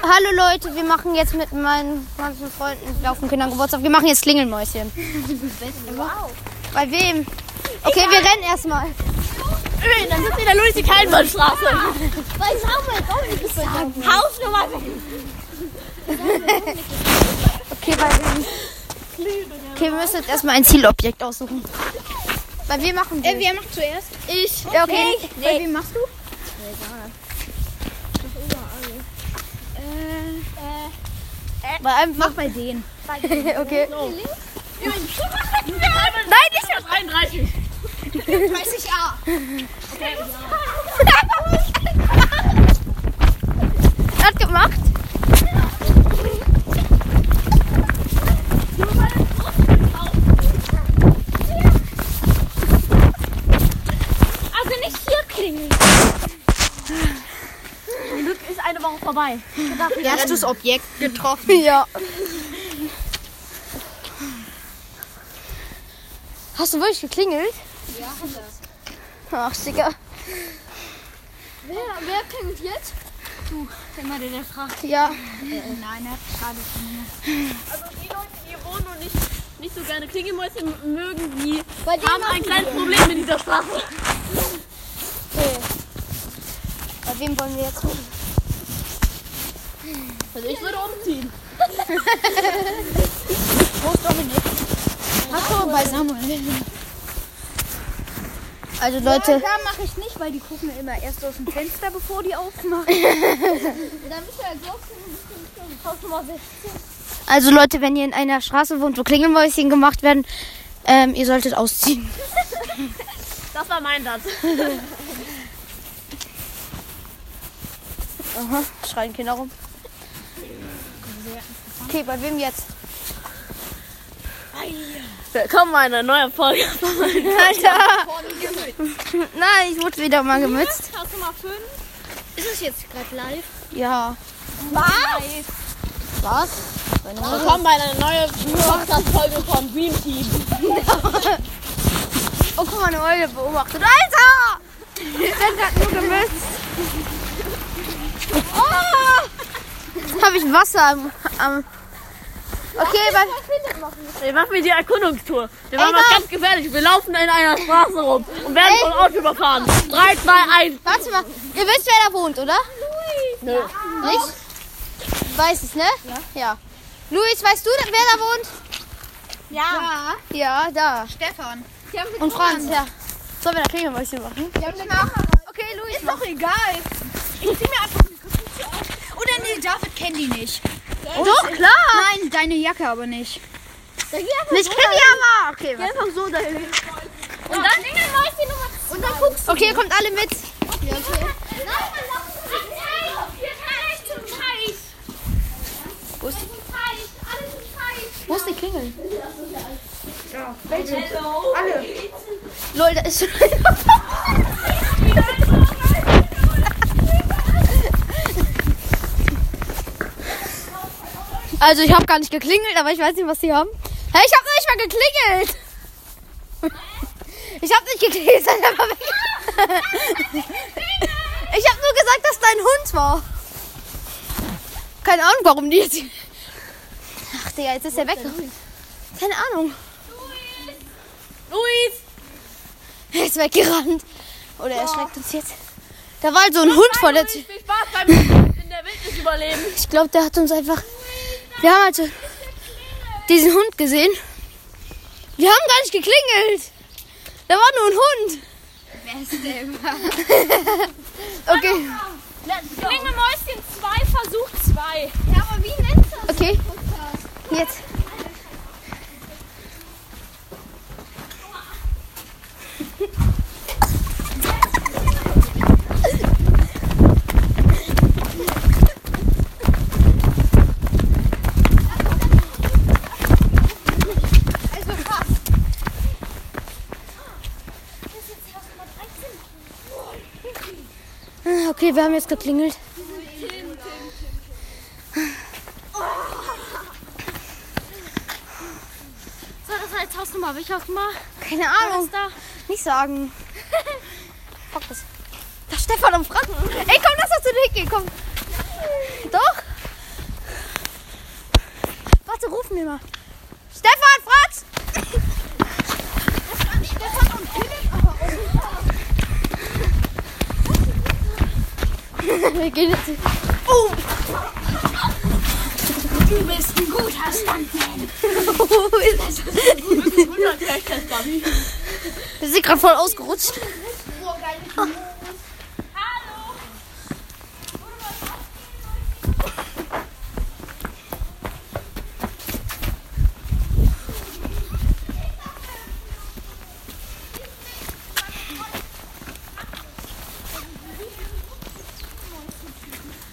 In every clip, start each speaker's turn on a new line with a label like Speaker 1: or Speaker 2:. Speaker 1: hallo Leute, wir machen jetzt mit meinen ganzen Freunden, wir auf dem Kindergeburtstag, wir machen jetzt Klingelmäuschen.
Speaker 2: Wow.
Speaker 1: Bei wem? Okay, wir rennen erstmal.
Speaker 3: Öl, dann sind wir der Louis die Kaltbahnstraße.
Speaker 2: Bei Samuel, komm nicht bis Samuel.
Speaker 3: Haus Nummer 6.
Speaker 1: Okay, bei wem? Okay, wir müssen jetzt erstmal ein Zielobjekt aussuchen. Bei wem machen Äh, wir?
Speaker 2: Wer macht zuerst?
Speaker 1: Ich. Ja, okay. Bei wem machst du? Bei einem mach bei denen. Äh, okay.
Speaker 3: Nein, ich bin 33.
Speaker 2: 30a.
Speaker 1: Hat gemacht?
Speaker 3: Also nicht hier klingeln. Zum Glück ist eine Woche vorbei.
Speaker 1: Erstes Objekt getroffen. Genau. Ja. Hast du wirklich geklingelt? Ja, Ach, Digga.
Speaker 2: Wer, wer klingelt jetzt?
Speaker 3: Immer der, der fragt.
Speaker 1: Ja.
Speaker 2: Nein, er hat gerade
Speaker 3: Also die Leute, die hier wohnen und nicht, nicht so gerne Klingelmäuschen mögen, die
Speaker 2: Bei dir
Speaker 3: haben ein kleines Problem in dieser Straße.
Speaker 1: Okay. Bei wem wollen wir jetzt machen?
Speaker 3: Also ich würde umziehen.
Speaker 1: Achso, bei Samuel. Also Leute,
Speaker 2: Da mache ich nicht, weil die gucken immer erst aus dem Fenster, bevor die aufmachen. Dann bist du ja so
Speaker 3: Haus Nummer 6.
Speaker 1: also Leute, wenn ihr in einer Straße wohnt, wo Klingelmäuschen gemacht werden, ähm, ihr solltet ausziehen.
Speaker 3: Das war mein Satz.
Speaker 1: Aha, schreien Kinder rum. Okay, bei wem jetzt?
Speaker 3: Willkommen bei einer neuen Folge.
Speaker 1: Alter! Nein, ich wurde wieder mal gemützt.
Speaker 3: Haus Nummer 5.
Speaker 2: Ist es jetzt gerade live?
Speaker 1: Ja. Was?
Speaker 3: Willkommen bei einer neuen Podcast-Folge vom Dream Team.
Speaker 1: Oh, guck mal, eine Eule beobachtet. Alter! Ich bin grad nur gemützt. Oh! Jetzt habe ich Wasser am. am okay, bei.
Speaker 3: Wir machen mit dir Erkundungstour. Wir
Speaker 1: Ey,
Speaker 3: machen was
Speaker 1: nein.
Speaker 3: ganz gefährlich. Wir laufen in einer Straße rum und werden von Auto überfahren. 3, 2, 1.
Speaker 1: Warte mal, ihr wisst, wer da wohnt, oder?
Speaker 3: Nö.
Speaker 1: Nicht? Weiß es, ne? Ja. ja. Luis, weißt du, wer da wohnt?
Speaker 2: Ja.
Speaker 1: Ja, da.
Speaker 2: Stefan.
Speaker 1: Und Franz, ja. Sollen wir da Klingelmäuschen machen?
Speaker 2: Okay, Luis. Ist doch egal. Ich zieh mir einfach die Kapuze auf. Oder nee, David kennt die nicht.
Speaker 1: Doch, klar.
Speaker 2: Nein, deine Jacke aber nicht.
Speaker 1: Ich kenne die aber. Okay, warte.
Speaker 3: Einfach so dahin.
Speaker 2: Und dann Klingelmäuschen Nummer Und dann guckst
Speaker 1: okay, kommt alle mit.
Speaker 2: Nein, man lacht sich nicht. Wir sind zum Teich. Wo ist die? Teich. Alles im Teich.
Speaker 1: Wo ist die Klingel?
Speaker 3: Hello.
Speaker 1: Lol, da ist schon Also, ich habe gar nicht geklingelt, aber ich weiß nicht, was sie haben. Hey, ich habe noch nicht mal geklingelt. Ich habe nicht geklingelt, sei einfach weg. Ich habe nur gesagt, dass dein Hund war. Keine Ahnung, warum die jetzt. Ach, Digga, jetzt ist er weg. Keine Ahnung.
Speaker 3: Luis.
Speaker 1: Er ist weggerannt. Oder er schreckt uns jetzt. Da war halt so ein Hund vor der Tür.
Speaker 3: Viel Spaß beim in der Wildnis überleben.
Speaker 1: Ich glaube, der hat uns einfach. Wir haben halt so diesen Hund gesehen. Wir haben gar nicht geklingelt. Da war nur ein Hund. Okay,
Speaker 3: Klingelmäuschen 2, Versuch 2.
Speaker 2: Ja, aber wie nennst du das?
Speaker 1: okay. Jetzt. Also, Ah, Okay, wir haben jetzt geklingelt.
Speaker 3: So, das war jetzt Hausnummer. Welche Hausnummer?
Speaker 1: Keine Ahnung.
Speaker 3: Ist da?
Speaker 1: Nicht sagen. Fuck das. Da ist Stefan am Franken. Ey, komm, lass uns zu den Hickey, komm. Doch? helfen mir mal. Stefan, Fratz! Wir gehen jetzt. Oh.
Speaker 2: Du bist ein guter Standman.
Speaker 1: Wir sind gerade voll ausgerutscht.
Speaker 2: Oh, geile Hallo.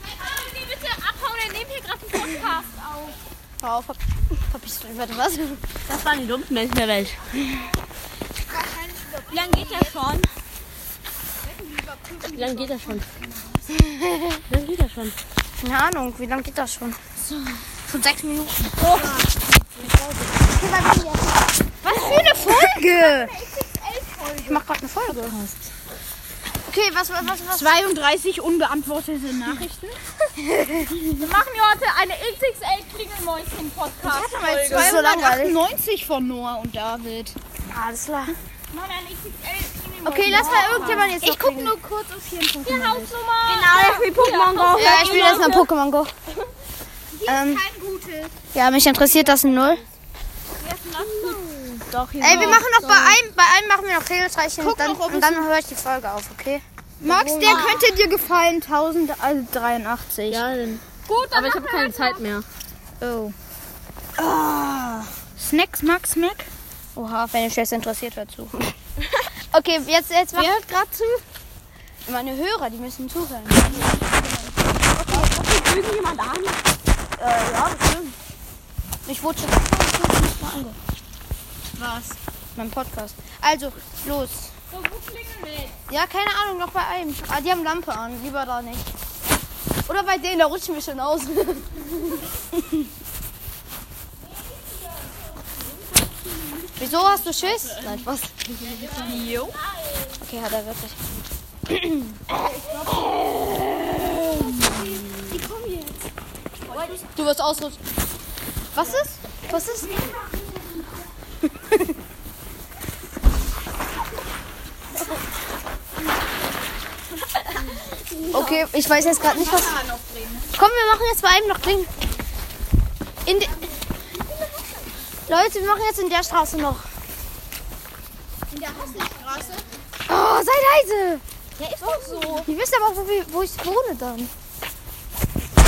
Speaker 2: Hey, bitte abhauen, wir nehmen hier gerade einen Podcast auf.
Speaker 1: Hör auf, hab, hab ich über das Wasser.
Speaker 3: Das waren die dummsten Menschen der Welt. Wie lange geht das schon? Wie lange geht das schon? Wie lange geht das schon?
Speaker 1: Keine Ahnung, wie lange geht das schon? Oh. Schon sechs Minuten. Was für eine Folge! Ich mach gerade eine Folge. Okay, was, was, was, was?
Speaker 3: 32 unbeantwortete Nachrichten.
Speaker 2: Wir machen hier heute eine XXL-Klingelmäuschen-Podcast.
Speaker 1: Das ist so langweilig.
Speaker 3: 90 von Noah und David.
Speaker 1: Alles klar.
Speaker 2: Machen wir eine XXL-Klingelmäuschen.
Speaker 1: Okay, lass mal irgendjemand jetzt Ich guck nur.
Speaker 2: Hier Hausnummer.
Speaker 3: Genau, wie Pokémon Go.
Speaker 1: Ja, ich spiele erstmal Pokémon Go. Ähm,
Speaker 2: Kein gutes.
Speaker 1: ja, mich interessiert das null.
Speaker 3: Doch, hier
Speaker 1: Ey, wir machen noch bei einem, bei einem machen wir noch Regelstreichen und dann, und dann höre ich die Folge auf, okay? Max, der könnte dir gefallen, 1083.
Speaker 3: Ja, dann. Gut, Aber ich habe keine Zeit mehr.
Speaker 1: Oh. Snacks, Max, Mac? Oha, wenn ihr Schwester interessiert, hört zu. okay, jetzt, jetzt Wer hört gerade zu? Meine Hörer, die müssen zuhören.
Speaker 3: Irgendjemand an?
Speaker 1: Äh, ja, bestimmt. Ich wurde schon nicht mal ange.
Speaker 3: Was?
Speaker 1: Mein Podcast. Also, los.
Speaker 2: So, wo klingeln wir jetzt?
Speaker 1: Ja, keine Ahnung, noch bei einem. Ah, die haben Lampe an, lieber da nicht. Oder bei denen, da rutschen wir schon aus. Wieso hast du Schiss? Nein, was?
Speaker 3: Jo.
Speaker 1: Okay, hat er wirklich. Du wirst ausrutschen. Was ist? Was ist? Okay, ich weiß jetzt gerade nicht, was. Komm, wir machen jetzt bei einem noch Kling. In de- Leute, wir machen jetzt in der Straße noch.
Speaker 2: In der Hausstraße?
Speaker 1: Oh, seid leise!
Speaker 2: Ja, ist doch so.
Speaker 1: Ihr wisst aber auch, wo, wir, wo ich wohne dann. Ich bin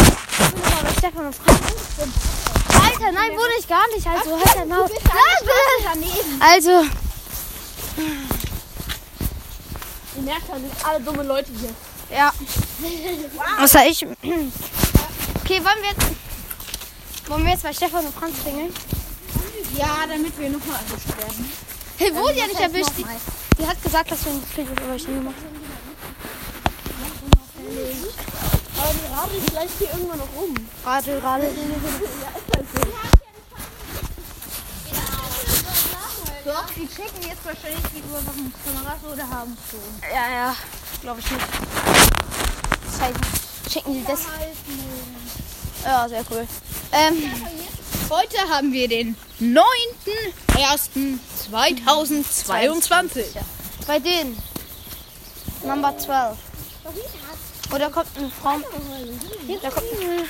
Speaker 1: aber bei Stefan und Frank. Alter, nein, wohne ich gar nicht. Also, halt dein Maul.
Speaker 2: Daneben.
Speaker 1: Also,
Speaker 3: Ihr merkt schon, das sind alle dumme Leute hier.
Speaker 1: ja. Außer ich. Okay, wollen wir jetzt, wollen wir jetzt bei Stefan und Franz klingeln?
Speaker 2: Ja, damit wir nochmal erwischt werden.
Speaker 1: Hey, wurde ja nicht erwischt. Die, die hat gesagt, dass wir nicht klingeln, aber ich nie gemacht.
Speaker 3: Aber die radeln vielleicht hier irgendwann noch rum.
Speaker 1: Radel, radel.
Speaker 2: Doch, die schicken jetzt wahrscheinlich die Überwachungskameras oder haben schon.
Speaker 1: Ja, ja. Glaube ich nicht. Scheiße. Schicken die das?
Speaker 2: halt,
Speaker 1: Ja, sehr cool. Ähm.
Speaker 4: Heute haben wir den 9.01.2022.
Speaker 1: Bei denen. Number 12. Oder kommt eine Frau. Da kommt eine.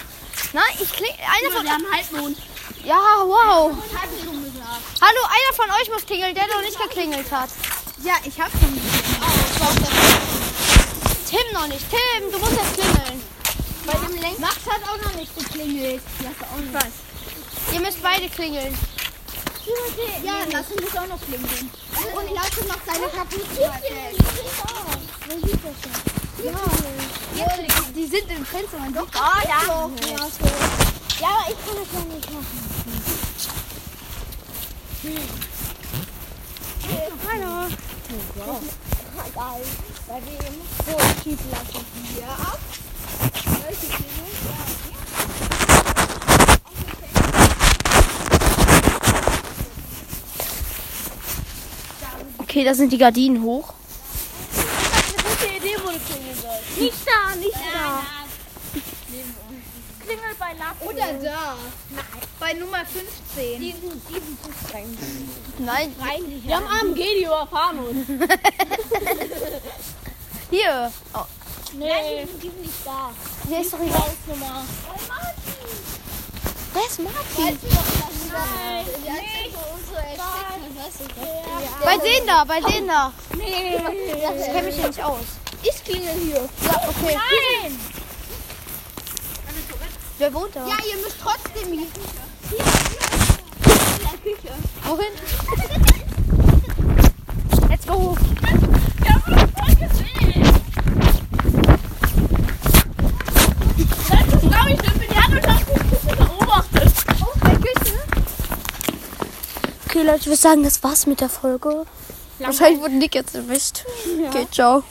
Speaker 1: Nein, ich kling. Einer von.
Speaker 3: Wir haben
Speaker 2: halt
Speaker 3: Halbmond.
Speaker 1: Ja, wow.
Speaker 2: Hat die schon gesagt.
Speaker 1: Hallo, einer von euch muss klingeln, der noch nicht geklingelt hat.
Speaker 4: Ja, ich habe schon.
Speaker 1: Tim noch nicht. Tim, du musst jetzt klingeln.
Speaker 2: Bei dem Lenk. Max hat auch noch nicht geklingelt. Lass auch nicht.
Speaker 1: Ihr müsst beide klingeln.
Speaker 2: Ja, lass ihn jetzt auch noch klingeln. Und lass ihn noch seine Kapuze erzählen.
Speaker 1: Die sind im Fenster. Man sieht
Speaker 2: Ah, ja. Ja, aber ich kann das ja nicht machen.
Speaker 1: keiner.
Speaker 2: Geil. Weil wir eben so schief lassen. Hier ab. Welche Klingel?
Speaker 1: Okay, da sind die Gardinen hoch.
Speaker 2: Nicht da, nicht da. Klingel bei bei Lappen.
Speaker 4: Oder da. Bei Nummer 15.
Speaker 2: diesen, diesen Fußball.
Speaker 1: Nein.
Speaker 2: Eigentlich.
Speaker 3: Wir haben armen Gedio erfahren uns.
Speaker 1: Hier. Oh,
Speaker 2: Nein, die sind nicht da.
Speaker 1: hier ist doch egal.
Speaker 2: Nummer. Oh, Martin.
Speaker 1: Wer ist Martin?
Speaker 2: Nein, nicht.
Speaker 1: Bei denen da, bei denen da. Nee. Ich kenne mich ja nicht aus.
Speaker 2: Ich klingel hier.
Speaker 1: Ja, okay.
Speaker 2: Nein.
Speaker 1: Wer wohnt da?
Speaker 4: Ja, ihr müsst trotzdem hier.
Speaker 1: Wohin? Let's go. Okay, Leute, ich würde sagen, das war's mit der Folge. Wahrscheinlich wurde Nick jetzt erwischt. Okay, ciao.